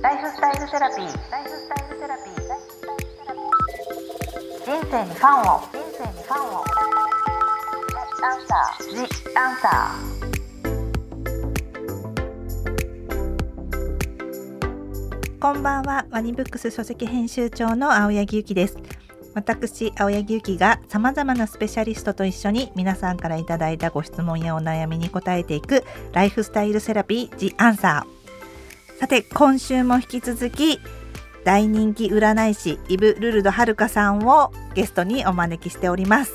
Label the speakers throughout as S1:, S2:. S1: ライフスタイルセラピー。ライフスタイルセラピー。ライフスタイルセラピー人生にファンを。人生にファンを。アンサー。ジアンサー。
S2: こんばんは、ワニブックス書籍編集長の青柳ゆきです。私、青柳ゆきが様々なスペシャリストと一緒に皆さんからいただいたご質問やお悩みに答えていくライフスタイルセラピー The Answer。さて、今週も引き続き大人気占い師イブ・ルルドはるかさんをゲストにお招きしております。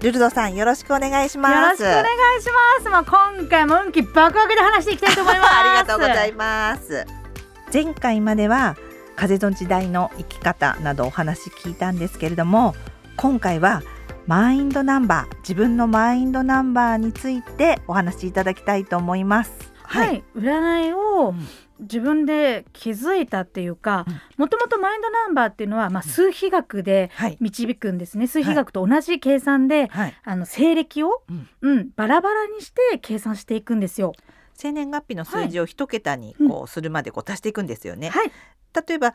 S2: ルルドさん、よろしくお願いします。
S3: よろしくお願いします。まあ今回も運気爆上げで話していきたいと思いま す。
S2: ありがとうございます。前回までは風の時代の生き方などお話聞いたんですけれども今回はマインドナンバー自分のマインドナンバーについてお話しいただきたいと思います。
S3: はい、占い
S2: うん
S3: を自分で気づいたっていうか
S2: うん、
S3: もともとマインドナンバーっていうのはまあ数比学で
S2: はい、
S3: 導くんですね。数比学と同じ計算で、
S2: はい、
S3: あの西暦を
S2: うん
S3: うんバラバラにして計算していくんですよ。
S2: 生年月日の数字を一桁に
S3: はい
S2: こうするまでこう足していくんですよね。
S3: はい、
S2: 例えば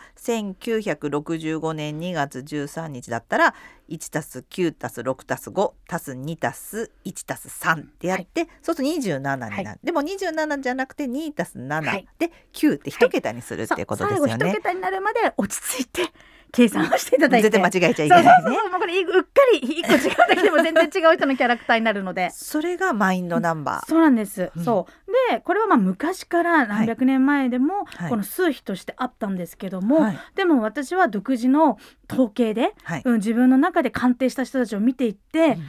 S2: 1965年2月13日だったら1たす9たす6たす5たす2たす1たす3ってやって、そうすると27になる、
S3: はい
S2: でも27じゃなくて2たす7、
S3: はい
S2: で9って一桁にするっていうことですよ
S3: そう最後一
S2: ね。
S3: 桁になるまで落ち着い て計算をしていただいて。
S2: 絶対間違えちゃいけ
S3: そうそう
S2: ない
S3: そう
S2: ね。
S3: そうもうこれうっかり一個違うだけでも全然違う人のキャラクターになるので
S2: それがマインドナンバー。
S3: そうなんです、
S2: うん
S3: そうでこれはまあ昔から何百年前でも、
S2: はい
S3: この数比としてあったんですけども、
S2: はい
S3: でも私は独自の統計で、
S2: はい
S3: うん、自分の中で鑑定した人たちを見ていって、
S2: うん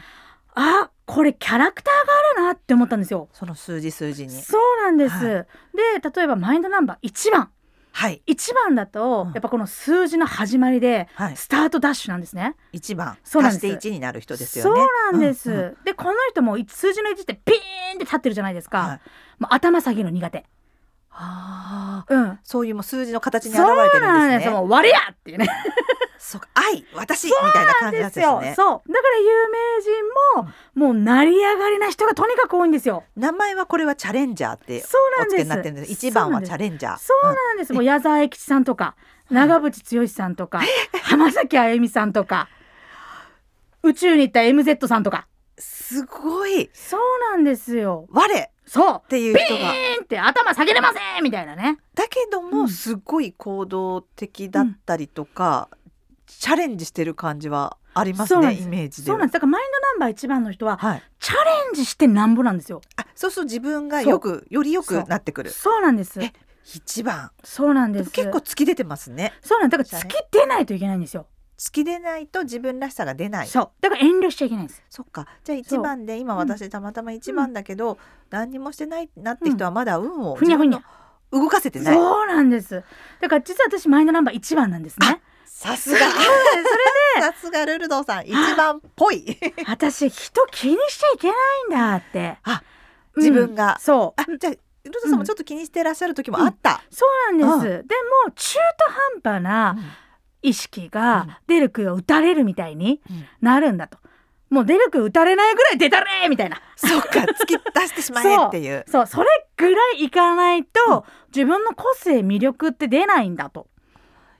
S3: あこれキャラクターがあるなって思ったんですよ。
S2: その数字数字に。
S3: そうなんです、
S2: は
S3: で例えばマインドナンバー1番
S2: はい
S3: 1番だと、
S2: うん
S3: やっぱこの数字の始まりで
S2: はい
S3: スタートダッシュなんですね。
S2: 一番
S3: そうなん
S2: 足
S3: で
S2: し
S3: す
S2: て1になる人ですよね。
S3: そうなんです、
S2: うんう
S3: でこの人も数字の1ってピーンって立ってるじゃないですか、
S2: はい
S3: もう頭下げるの苦手。
S2: あー
S3: うん、
S2: そういうもう数字の形に現れ
S3: そう
S2: てるん
S3: なん
S2: で
S3: ですす
S2: ね。
S3: もう割れやっていう ね
S2: そうか愛私みたいな感じなんです
S3: そう
S2: よ
S3: だから
S2: ね。
S3: 有名人も、もう成り上がりな人がとにかく多いんですよ
S2: 名前はこれはチャレンジャーって
S3: そう
S2: お
S3: なん
S2: 付け
S3: で
S2: になってるんです
S3: す
S2: 一番はチャレンジャー
S3: そうなんです、もう矢沢永吉さんとか長渕剛さんと か浜崎あゆみさんとか宇宙に行った MZ さんとか
S2: うんすごい
S3: そうなんですよ
S2: 我っ
S3: そう
S2: ていう
S3: ピ
S2: 人が
S3: ーンって頭下げれませんみたいなね
S2: だけど
S3: う
S2: も
S3: ん
S2: すごい行動的だったりとか、チャレンジしてる感じはあります
S3: そうなん
S2: ね
S3: です
S2: イメージで
S3: そう
S2: は
S3: なんですだからマインドナンバー一番の人は
S2: はい
S3: チャレンジしてなんぼなんですよ
S2: あそうそう自分が
S3: そう
S2: よくよりよくなってくる
S3: そうなんです
S2: え一番
S3: そうなん
S2: で
S3: です
S2: も結構突き出てますね
S3: そうなんだだから突き出ないといけないんですよ。
S2: 突き出ないと自分らしさが出ない
S3: そうだから遠慮しちゃいけないんです。
S2: そっかじゃあ一
S3: そう
S2: 番で今
S3: うん
S2: 私たまたま一番だけど、何にもしてないなって人はまだ運を
S3: ふにゃふにゃ
S2: 自分の動かせてない
S3: そうなんです。だから実は私マインドナンバー一番なんですね。
S2: さす がさすがルルドーさん一番っぽい
S3: 私人気にしちゃいけないんだって。
S2: あ
S3: うん
S2: 自分が
S3: そう
S2: あじゃあルルドーさんもちょっと気にしてらっしゃる時もあった、
S3: そうなんです。
S2: う
S3: でも中途半端な意
S2: う
S3: 識
S2: ん
S3: が出る杭を打たれるみたいに
S2: うん
S3: なるんだと。もう出る杭打たれないぐらい出たれみたいな。
S2: そっか突き出してしまえっていう
S3: そうそれぐらいいかないと、
S2: うん
S3: 自分の個性魅力って出ないんだと。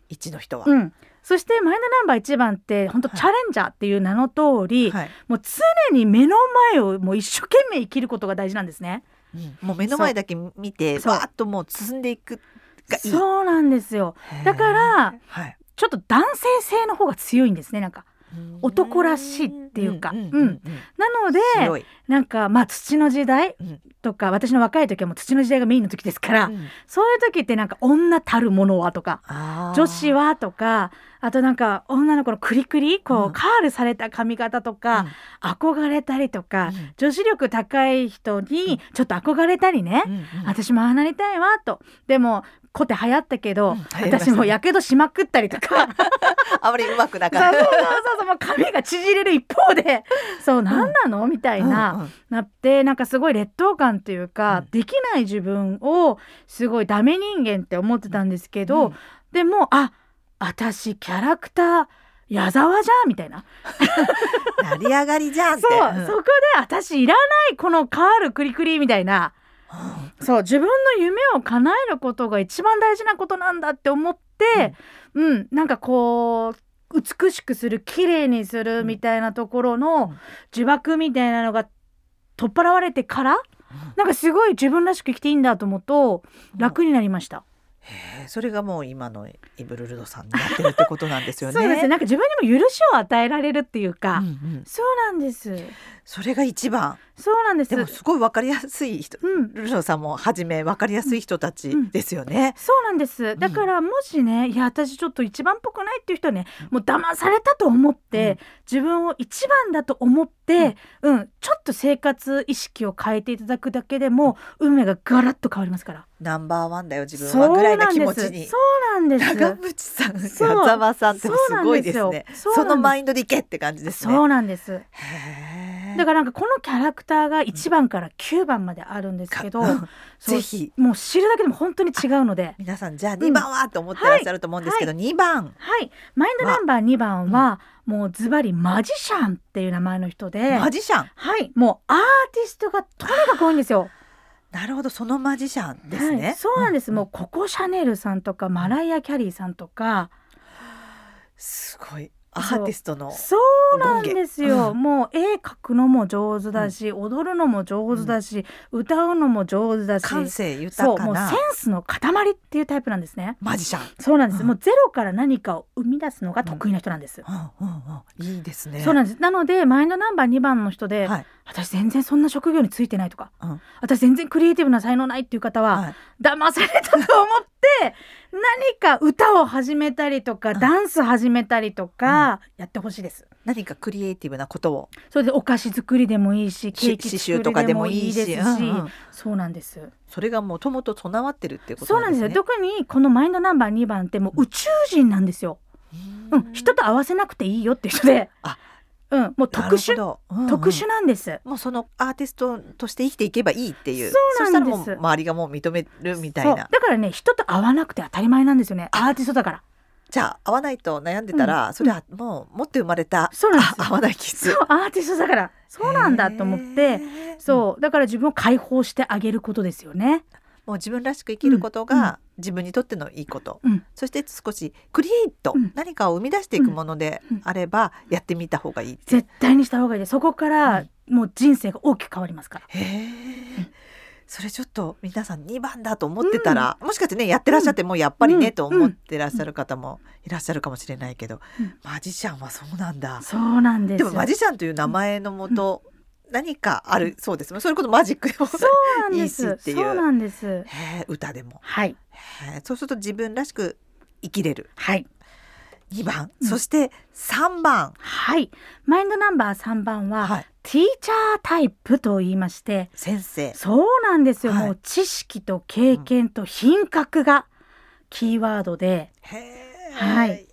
S2: 一の人は、
S3: うん、そしてマインドナンバー1番って本当
S2: はい
S3: チャレンジャーっていう名の通り、
S2: はい
S3: もう常に目の前をもう一生懸命生きることが大事なんですね。
S2: うんもう目の前だけ見て
S3: そう
S2: わーっともう進んでいくがいい
S3: そうなんですよだか、
S2: へ
S3: ら
S2: ーはい、
S3: ちょっと男性性の方が強いんですねなんか男らしいっていうかうんなので
S2: 強い
S3: なんかまあ土の時代
S2: うん
S3: とか、私の若い時はもう土の時代がメインの時ですから、
S2: うん
S3: そういう時ってなんか女たるものはとか
S2: あー
S3: 女子はとかあとなんか女の子のクリクリこう、
S2: うん
S3: カールされた髪型とか、憧れたりとか、
S2: うん
S3: 女子力高い人
S2: うん
S3: にちょっと憧れたりね、
S2: うんうん
S3: 私もああなりたいわとでもコテ流行ったけど、
S2: うん
S3: 私もやけどしまくったりとかそう
S2: あまりうまくな
S3: そ
S2: か
S3: う
S2: っ
S3: そうそうもう髪が縮れる一方でそう何なのみた
S2: た
S3: いな、
S2: うんうん
S3: なってなんかすごい劣等感というか、
S2: うん
S3: できない自分をすごいダメ人間って思ってたんですけど、
S2: うん
S3: でもあ私キャラクター矢沢じゃんみたいな
S2: 成り上がりじゃんって
S3: そう、
S2: ん
S3: そこで私いらないこのカールクリクリみたいなそう自分の夢を叶えることが一番大事なことなんだって思って、うんなんかこう美しくする綺麗にするみたいなところ
S2: う
S3: の
S2: ん
S3: 呪縛みたいなのが取っ払われてからなんかすごい自分らしく生きていいんだと思うと楽になりました。
S2: へえそれがもう今のイブルルドさんになってるってことなんですよね。
S3: そうですねなんか自分にも許しを与えられるっていうか、
S2: うんうん
S3: そうなんです
S2: それが一番。
S3: そうなんです
S2: でもすごいわかりやすい人、
S3: うん
S2: ルルドさんもはじめわかりやすい人たちですよね。
S3: そうなんです
S2: ん
S3: だからもしね、いや私ちょっと一番っぽくないっていう人はねもう騙されたと思って、自分を一番だと思って、うんちょっと生活意識を変えていただくだけでも運命がガラッと変わりますから
S2: ナンバーワンだよ自分
S3: そ
S2: は
S3: う
S2: ぐらい
S3: な
S2: なん気持ち
S3: で
S2: に
S3: す。そうなんで
S2: 長
S3: す
S2: 渕さん、
S3: そう
S2: 矢沢さんってもすごいですね。
S3: そ
S2: そう
S3: なんですよそうなんです
S2: のマインドでいけって感じですね。
S3: そうなんです
S2: へえ
S3: だからなんかこのキャラクターが1番から9番まであるんですけど、
S2: かうん
S3: そう
S2: ぜひ
S3: もう知るだけでも本当に違うので
S2: 皆さんじゃあ
S3: ん
S2: 2番はと思ってらっしゃると思うんですけど、2番
S3: はい、マインドナンバー2番は、もうズバリマジシャンっていう名前の人で、
S2: マジシャン
S3: はい、もうアーティストがとにかく多いんですよ。
S2: なるほどそのマジシャン ですね、
S3: はい、そうなんです。
S2: ん
S3: もうココシャネルさんとかマライアキャリーさんとか、
S2: すごいアーティストの
S3: そうなんですよ。
S2: う
S3: もう絵描くのも上手だし、踊るのも上手だし、歌うのも上手だし、
S2: 感性豊
S3: そう、
S2: か
S3: もうセン
S2: な
S3: スの塊っていうタイプなんですね。
S2: マジシャン、
S3: そうなんです。
S2: うん
S3: もうゼロから何かを生み出すのが得意な人なんです。
S2: うんうんうん、いいですね
S3: そうなんです。なのでマインドナンバー2番の人で、
S2: はい
S3: 私全然そんな職業についてないとか、
S2: うん
S3: 私全然クリエイティブな才能ないっていう方は、
S2: はい
S3: 騙されたと 思って何か歌を始めたりとか、
S2: ん
S3: ダンス始めたりとかやってほしいです。
S2: 何かクリエイティブなことを
S3: それでお菓子作りでもいいしケ
S2: し
S3: ーキ
S2: 刺
S3: 作
S2: 繍
S3: り
S2: とか
S3: で
S2: で
S3: も
S2: も
S3: い
S2: い
S3: い
S2: い
S3: で
S2: し
S3: すし、
S2: うんうん
S3: そうなんです。
S2: それがもともと備わってるっていうこ
S3: そ
S2: と
S3: う
S2: な
S3: な
S2: ん
S3: ん
S2: で
S3: で
S2: すす
S3: よ。
S2: ね
S3: 特にこのマインドナンバー2番ってもう宇宙人なんですよ。
S2: う
S3: うんん、人と合わせなくていいよっていう人で、
S2: あ
S3: うん、もう特
S2: なる
S3: 殊
S2: ほどうんうん
S3: 特殊なんです。
S2: もうそのアーティストとして生きていけばいいっていう
S3: そうなんです
S2: そしたらもう周りがもう認めるみたい
S3: そう
S2: な
S3: だからね人と会わなくて当たり前なんですよねアーティストだから
S2: じゃあ合わないと悩んでたら、それはもう持って生まれた
S3: そうなんです
S2: あ合わない傷
S3: そうアーティストだからそうなんだと思って
S2: へー
S3: そうだから自分を解放してあげることですよね
S2: もう自分らしく生きること
S3: うんうん
S2: が自分にとってのいいこと、
S3: うん
S2: そして少しクリエイト、
S3: うん
S2: 何かを生み出していくもので
S3: うんうん
S2: あればやってみた方がいいって、
S3: 絶対にした方がいいですそこからもう人生が大きく変わりますから
S2: へーそれちょっと皆さん2番だと思ってたら、もしかしてねやってらっしゃってもうやっぱりね、
S3: うん
S2: と思ってらっしゃる方もいらっしゃるかもしれないけど、
S3: うん
S2: マジシャンはそうなんだ。
S3: そうなんです
S2: で
S3: よ
S2: もマジシャンという名前のもと、何かあるそうですねそれこそマジックでも
S3: そうなんで
S2: いい
S3: す
S2: しっていう
S3: そうなんです
S2: へー歌でも
S3: はい
S2: へーそうすると自分らしく生きれる
S3: はい
S2: 2番、
S3: うん
S2: そして3番
S3: はいマインドナンバー3番は、
S2: はい
S3: ティーチャータイプと言いまして
S2: 先生
S3: そうなんですよ、
S2: はい
S3: もう知識と経験と品格がキーワードで、
S2: へー
S3: はい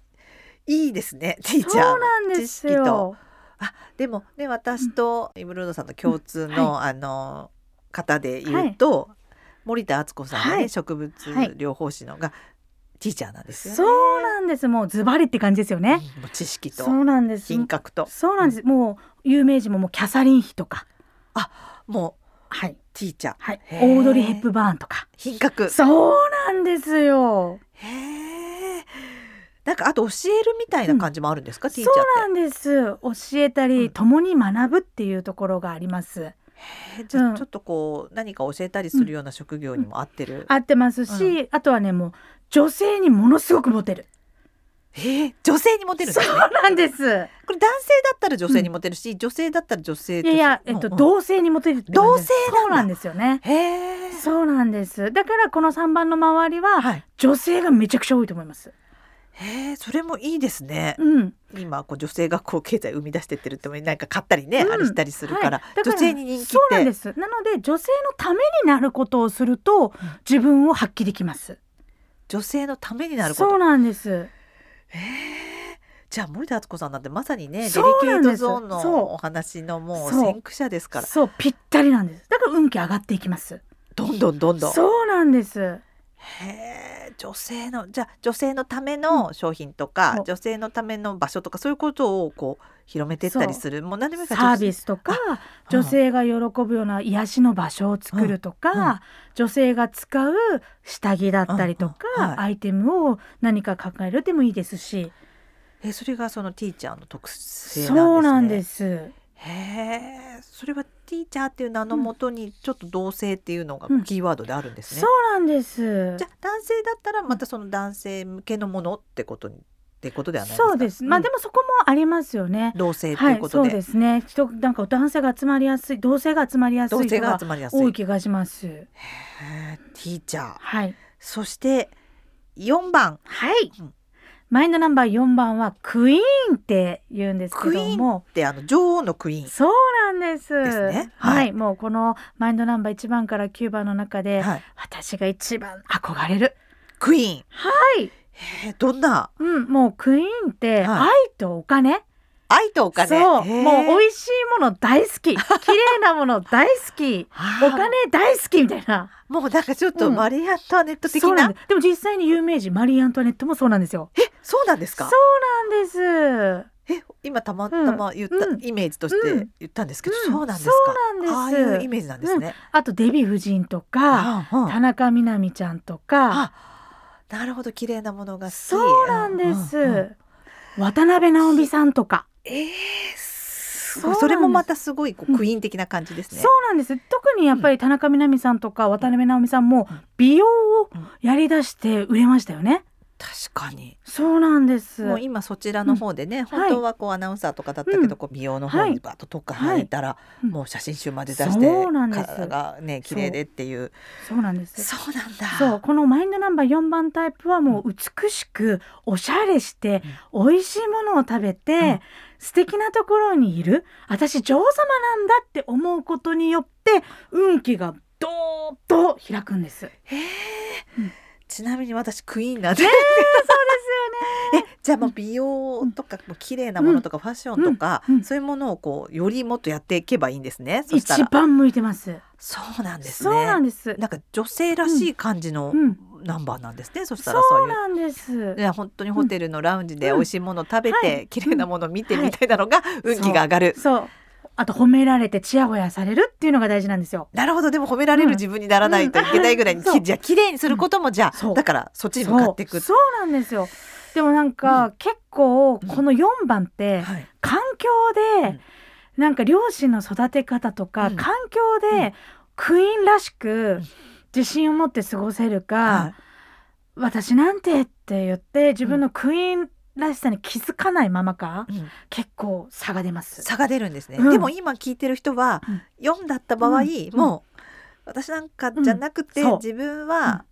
S2: いいですねティーチャーの
S3: そうなんです
S2: 知識と
S3: よ
S2: あでもね私とイムルードさんの共通の、あの方で言うと、森田敦子さんがね、
S3: はい
S2: 植物療法士のが、ティーチャーなんですよね
S3: そうなんですもうズバリって感じですよね、
S2: うんもう知識と
S3: そうなんです
S2: 品格と
S3: そうなんです、もう有名人ももうキャサリン妃とか
S2: もう
S3: はい
S2: ティーチャー
S3: はい
S2: へー
S3: オードリー・ヘップバーンとか
S2: 品格
S3: そうなんですよ
S2: へえ。なんかあと教えるみたいな感じもあるんですか、
S3: そ
S2: ティーチャーっ
S3: うなんです教えたり、
S2: うん
S3: 共に学ぶっていうところがあります
S2: て。へえじゃ
S3: う
S2: あ
S3: ん
S2: ちょっとこう何か教えたりするような職業にも合ってる。
S3: 合ってますし、あとはねもう女性にものすごくモテる
S2: へえ女性にモテるんで
S3: そう
S2: すね。
S3: なんです
S2: これ男性だったら女性にモテるし、女性だったら女性
S3: い
S2: と
S3: やいや、えっと、
S2: うんうん
S3: 同性にモテるって感じです
S2: 同性なんだ
S3: そうなんですよね。
S2: へえ。
S3: そうなんです。だから、この三番の周りは、
S2: はい。
S3: 女性がめちゃくちゃ多いと思います。
S2: へえ、それもいいですね。
S3: うん、
S2: 今こう女性がこう経済生み出してってるってもなんか買ったりね、
S3: うん
S2: あれしたりするから、
S3: はいだ
S2: 女性に人気って。
S3: そうなんです。なので、女性のためになることをすると、自分を発揮できます。
S2: 女性のためになるこ
S3: そう
S2: と。
S3: なんです。
S2: へえ。じゃあ森田敦子さんなんてまさにねデリケ
S3: そうなん
S2: ー
S3: です
S2: トゾーン
S3: そう
S2: のお話のもう
S3: そう
S2: 先駆者ですから
S3: そう、ぴったりなんです。だから、運気上がっていきます。
S2: どんどんどんどん。
S3: そうなんです。
S2: へえ女性のじゃあ女性のための商品とか、
S3: そう
S2: 女性のための場所とかそういうことをこう広めてったりするもう何でもいいから
S3: サー
S2: 女性
S3: ビスとか女性が喜ぶような癒しの場所を作るとか、
S2: うんうん
S3: 女性が使う下着だったりとか、
S2: うんうんはい
S3: アイテムを何か考えるでもいいですし
S2: えそれがそのティーチャーの特性なんですね
S3: そうなんです。
S2: へえそれはティーチャーっていう名のもとにちょっと同性っていうのが
S3: うん
S2: キーワードであるんですね、
S3: そうなんです
S2: じゃあ男性だったらまたその男性向けのものってことにってことではないですか
S3: そうです。まあ
S2: ん
S3: でもそこもありますよね。
S2: 同性と
S3: は
S2: いう
S3: い、
S2: こと
S3: そう
S2: で,、
S3: ですね。人なんか男性が集まりやすい、同性が集まりやすい
S2: 同性
S3: 人
S2: が
S3: が
S2: 集まりやすい
S3: 多い気がします。
S2: へえティーチャー
S3: はい、
S2: そして4番
S3: はい
S2: うん。
S3: マインドナンバー4番はクイーンって言うんですけ
S2: クイ
S3: ど
S2: ーン
S3: も
S2: っ、てあの女王のクイーン、
S3: そうなんです。
S2: ですね
S3: はい、
S2: はい
S3: もうこのマインドナンバー1番から9番の中で、
S2: はい、
S3: 私が一番憧れる。
S2: クイーン
S3: はい、
S2: へえどんな
S3: うん、もうクイーンって
S2: は
S3: 愛とお金。
S2: 愛とお金
S3: そう、
S2: へえ。
S3: もう美味しいもの大好き、綺麗なもの大好き
S2: あー
S3: お金大好きみたいな。
S2: もうなんかちょっと
S3: うん
S2: マリー・アントワネット的
S3: そう
S2: な、
S3: んですでも実際に有名人マリー・アントワネットもそうなんですよ。
S2: そうなんです
S3: そ
S2: か
S3: うなんです。
S2: え今たまたま言った、
S3: うんうん
S2: イメージとして言ったんですけど、
S3: うん
S2: そうなんですか、
S3: そうなんです
S2: ああいうイメージなんですね、
S3: あとデヴィ夫人とか、
S2: あうん
S3: 田中みな実ちゃんとか。
S2: あなるほど綺麗なものが好き
S3: そうなんです。
S2: うううん
S3: 渡辺直美さんとか。
S2: えーす
S3: そ
S2: ごい
S3: うなんです
S2: それもまたすごいこう
S3: うん
S2: クイーン的な感じですね、
S3: そうなんです特にやっぱり田中みな実さんとか渡辺直美さんも
S2: うん
S3: 美容をやりだして売れましたよね。
S2: 確かに
S3: そうなんです。
S2: もう今そちらの方でね、本当はこうアナウンサーとかだったけど、
S3: うん
S2: こう美容の方
S3: はい
S2: にバッと特化入ったら、
S3: うん
S2: もう写真集まで出して
S3: そうなんです
S2: 体がね綺麗でっていう
S3: そうなんです。
S2: そうなんだ
S3: そうこのマインドナンバー4番タイプはもう美しくおしゃれして美味しいものを食べて、
S2: うん
S3: 素敵なところにいる私女王様なんだって思うことによって運気がどーっと開くんです。そう
S2: へえ、
S3: うん
S2: ちなみに私クイーンなんで、 えじゃあもう美容とか、もう綺麗なものとか、ファッションとか、
S3: うんうん
S2: そういうものをこうよりもっとやっていけばいいんですね。そ
S3: です
S2: した
S3: よね。一
S2: ら
S3: 番向いてます。
S2: そうなんですね。
S3: そうなん
S2: な
S3: です。
S2: んか女性らしい感じの
S3: うん
S2: ナンバーなんですね。そしたらそ
S3: そう
S2: いう。
S3: うなんです。
S2: いや本当にホテルのラウンジで
S3: うん
S2: 美味しいものを食べ
S3: は
S2: て、
S3: い
S2: 綺麗なものを見て
S3: うん
S2: みたいなのが運気が上がる、
S3: そうあと褒められてチヤホヤされるっていうのが大事なんですよ。
S2: なるほどでも褒められる自分にならないといけないぐらいに、
S3: うんうん
S2: きじゃあ綺麗にすることもじゃあ、
S3: そう
S2: だからそっちに向かっていく
S3: そうそうなんですよ。でもなんか、結構この4番って
S2: はい
S3: 環境で、
S2: うん
S3: なんか両親の育て方とか、
S2: うん
S3: 環境でクイーンらしく
S2: ん
S3: 自信を持って過ごせる
S2: はい
S3: か、私なんてって言って自分のクイーンらしさに気づかないままか、
S2: うん
S3: 結構差が出ます。
S2: 差が出るんですね、
S3: うん
S2: でも今聞いてる人は
S3: うん
S2: 4だった場合、
S3: うん
S2: もう私なんかじゃなくて、
S3: うんそう
S2: 自分は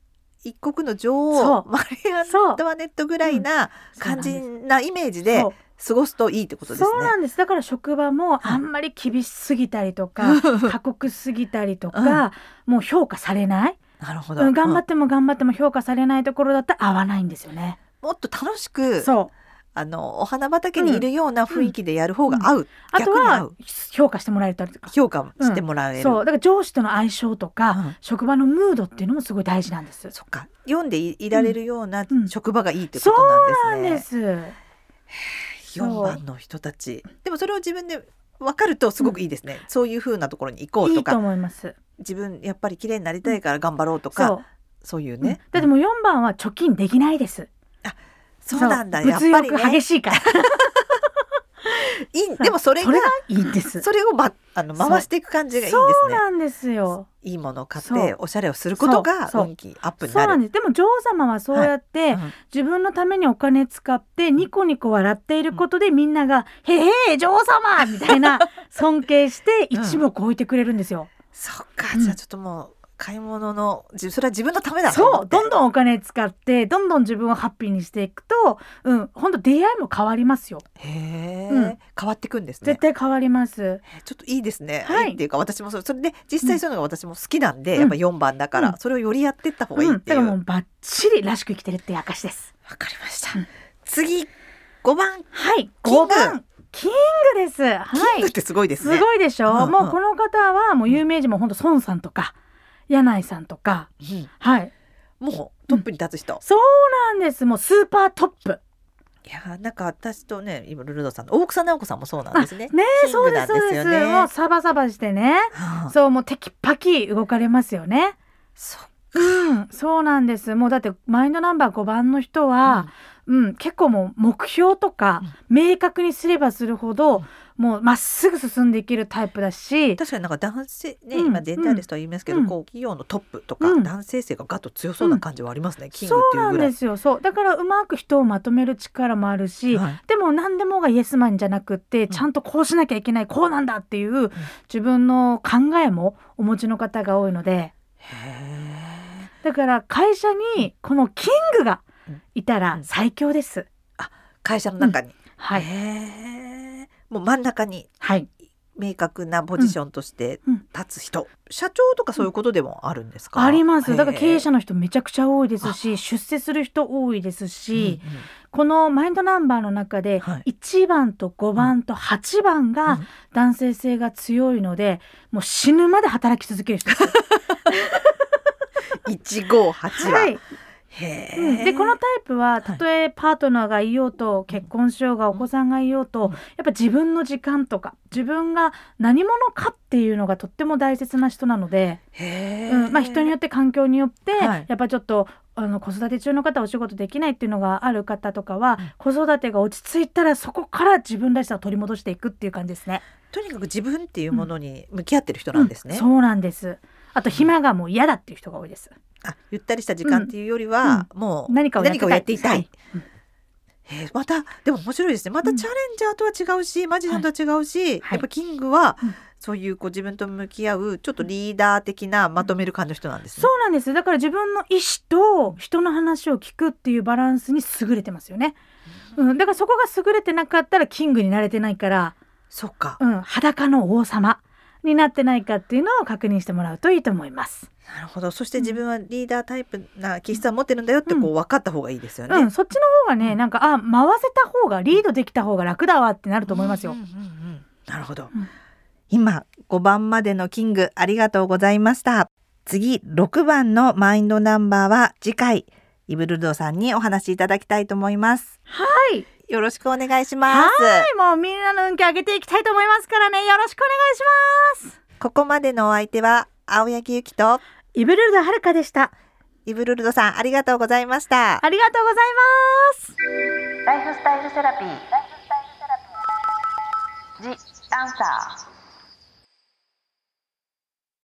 S2: 一国の
S3: そ
S2: 女王、
S3: う
S2: マリアン
S3: そう
S2: トワネットぐらいな感じなイメージで
S3: そう
S2: 過ごすといいってことですね
S3: そう。なんですだから職場もあんまり厳しすぎたりとか過酷すぎたりとか、もう評価されない、
S2: なるほど、
S3: うん、頑張
S2: う
S3: っても頑張っても評価されないところだったら合わないんですよね。
S2: んもっと楽しく
S3: そう
S2: あのお花畑にいるような雰囲気でやる方が合う、
S3: あと
S2: 逆に合
S3: は
S2: う
S3: 評価してもらえたりとか
S2: 評価してもらえる。
S3: そうだから上司との相性とか、
S2: うん
S3: 職場のムードっていうのもすごい大事なんです。
S2: そっか読んでいいられるような
S3: うん
S2: 職場がいいってことなんですね。
S3: そうなんですそう
S2: 4番の人たちでもそれを自分で分かるとすごくいいですね、そういう風なところに行こう
S3: い
S2: と
S3: いと
S2: か
S3: 思います。
S2: 自分やっぱり綺麗になりたいから頑張ろうとか、
S3: そう、
S2: そういう
S3: うん
S2: ね、
S3: だってもう4番は貯金できないです。
S2: そうなんだ
S3: そう
S2: やっぱり
S3: 物欲
S2: ね
S3: 激しいから。
S2: いいでもそれが
S3: それがいいんです。
S2: それを、ま、あの
S3: そう
S2: 回していく感じがいいんで
S3: そう
S2: すね
S3: なんですよ。
S2: いいものを買っ
S3: そ
S2: て
S3: う
S2: おしゃれをすることが
S3: そうそう
S2: 運気アップに
S3: そう
S2: な
S3: なん
S2: る
S3: です。でも女王様はそうやって、
S2: うん
S3: 自分のためにお金使ってニコニコ笑っていることで、みんなが「へえ女王様!」みた いな尊敬して
S2: うん
S3: 一目置いてくれるんですよ。
S2: そっか、
S3: うん
S2: じゃあちょっともう買い物のじそれは自分のためだと
S3: そ
S2: 思
S3: う
S2: って
S3: どんどんお金使ってどんどん自分をハッピーにしていくとうん本当出会いも変わりますよ。
S2: へえ、
S3: うん
S2: 変わっていくんですね
S3: 絶対変わります。
S2: ちょっといいですね、
S3: はい
S2: い、いっていうか私もそれそれで実際そういうのが私も好きなんで、
S3: うん
S2: やっぱ4番だから、
S3: うん
S2: それをよりやっていった方がいい
S3: うん、
S2: っ
S3: だ
S2: て
S3: か
S2: いう
S3: ら
S2: わ、
S3: もうバッチリらしく生きてるって証です。
S2: かりました、
S3: うん
S2: 次5番
S3: はい
S2: キング
S3: 5番キングです。はい
S2: キングってすごいです
S3: す
S2: ね、
S3: ごいでしょ、
S2: うんうん
S3: もうこの方はもう有名人も本当孫さんとか柳井さんとか
S2: うん
S3: はい
S2: もうトップに立つ人、
S3: そうなんですもうスーパートップ
S2: いやーなんか私とね今ルルドさんの大草直子さんもそうなんですね
S3: ねえ
S2: キン
S3: そう
S2: グ
S3: で
S2: な
S3: す
S2: ん
S3: そう
S2: です
S3: で
S2: よ
S3: す
S2: ね
S3: もうサバサバしてね
S2: はあ
S3: そうもうテキパキ動かれますよね
S2: そ
S3: うんそうなんですもうだってマインドナンバー5番の人は、うん、結構もう目標とか明確にすればするほど、
S2: うん
S3: もうまっすぐ進んでいけるタイプだし、
S2: 確かになんか男性ね、
S3: うん
S2: 今データリストは言いますけど、
S3: うん
S2: こう企業のトップとか、
S3: うん
S2: 男性性がガッと強そうな感じはありますね、キング
S3: そ
S2: って
S3: う
S2: い
S3: な
S2: うぐ
S3: ん
S2: らい
S3: で。すよそうだからうまく人をまとめる力もあるし、
S2: はい
S3: でも何でもがイエスマンじゃなくってちゃんとこうしなきゃいけないこうなんだっていう自分の考えもお持ちの方が多いので
S2: へー
S3: だから会社にこのキングがいた
S2: う
S3: ら
S2: ん
S3: 最強です。
S2: 会社の中に、
S3: はい、
S2: へーもう真ん中に
S3: はい
S2: 明確なポジションとして
S3: うん
S2: 立つ人、社長とかそういうことでもあるんですか、
S3: ありますだから経営
S2: の
S3: 者の人めちゃくちゃ多いですし出世する人多いですし、このマインドナンバーの中で
S2: はい
S3: 1番と5番と8番が男性性が強いので、もう死ぬまで働き続ける人です。
S2: 一五八 は、
S3: はい
S2: へー
S3: うんでこのタイプは
S2: はい
S3: たとえパートナーがいようと結婚しようがお子さんがいようと
S2: うん
S3: やっぱ自分の時間とか自分が何者かっていうのがとっても大切な人なので、
S2: へ
S3: う
S2: ー
S3: んまあ、人によって環境によって
S2: はい
S3: やっぱちょっとあの子育て中の方お仕事できないっていうのがある方とかは子育てが落ち着いたらそこから自分らしさを取り戻していくっていう感じですね。
S2: とにかく自分っていうものに向き合ってる人なんですね、
S3: うんそうなんですあと暇がもう嫌だっていう人が多いです。
S2: あゆったりした時間っていうよりは、もう
S3: 何かをやってたい
S2: っていたい。
S3: はい
S2: へーまたでも面白いですねまた
S3: うん
S2: チャレンジャーとは違うし、マジシャンとは違うし、
S3: はい
S2: やっぱキングは、
S3: うん
S2: そういうこう自分と向き合うちょっとリーダー的なまとめる感じの人なんですね
S3: そ。うなんですだから自分の意思と人の話を聞くっていうバランスに優れてますよね、うん、だからそこが優れてなかったらキングになれてないから、
S2: そっか、
S3: うん、裸の王様になってないかっていうのを確認してもらうといいと思います、
S2: なるほどそして自分はリーダータイプな気質は持ってるんだよってこう分かった方がいいですよね。
S3: うん、そっちの方がねなんかあ回せた方がリードできた方が楽だわってなると思いますよ、
S2: うんうんうんうんなるほど、
S3: うん
S2: 今5番までのキングありがとうございました次6番のマインドナンバーは次回イブルドさんにお話しいただきたいと思います
S3: はい
S2: よろしくお願いします
S3: もうみんなの運気上げていきたいと思いますからねよろしくお願いします
S2: ここまでのお相手は青柳ゆきと
S3: イブルルドはるかでした
S2: イブルルドさんありがとうございました
S3: ありがとうございます
S1: ライフスタイルセラピー。ライフスタイルセラピー。The Answer。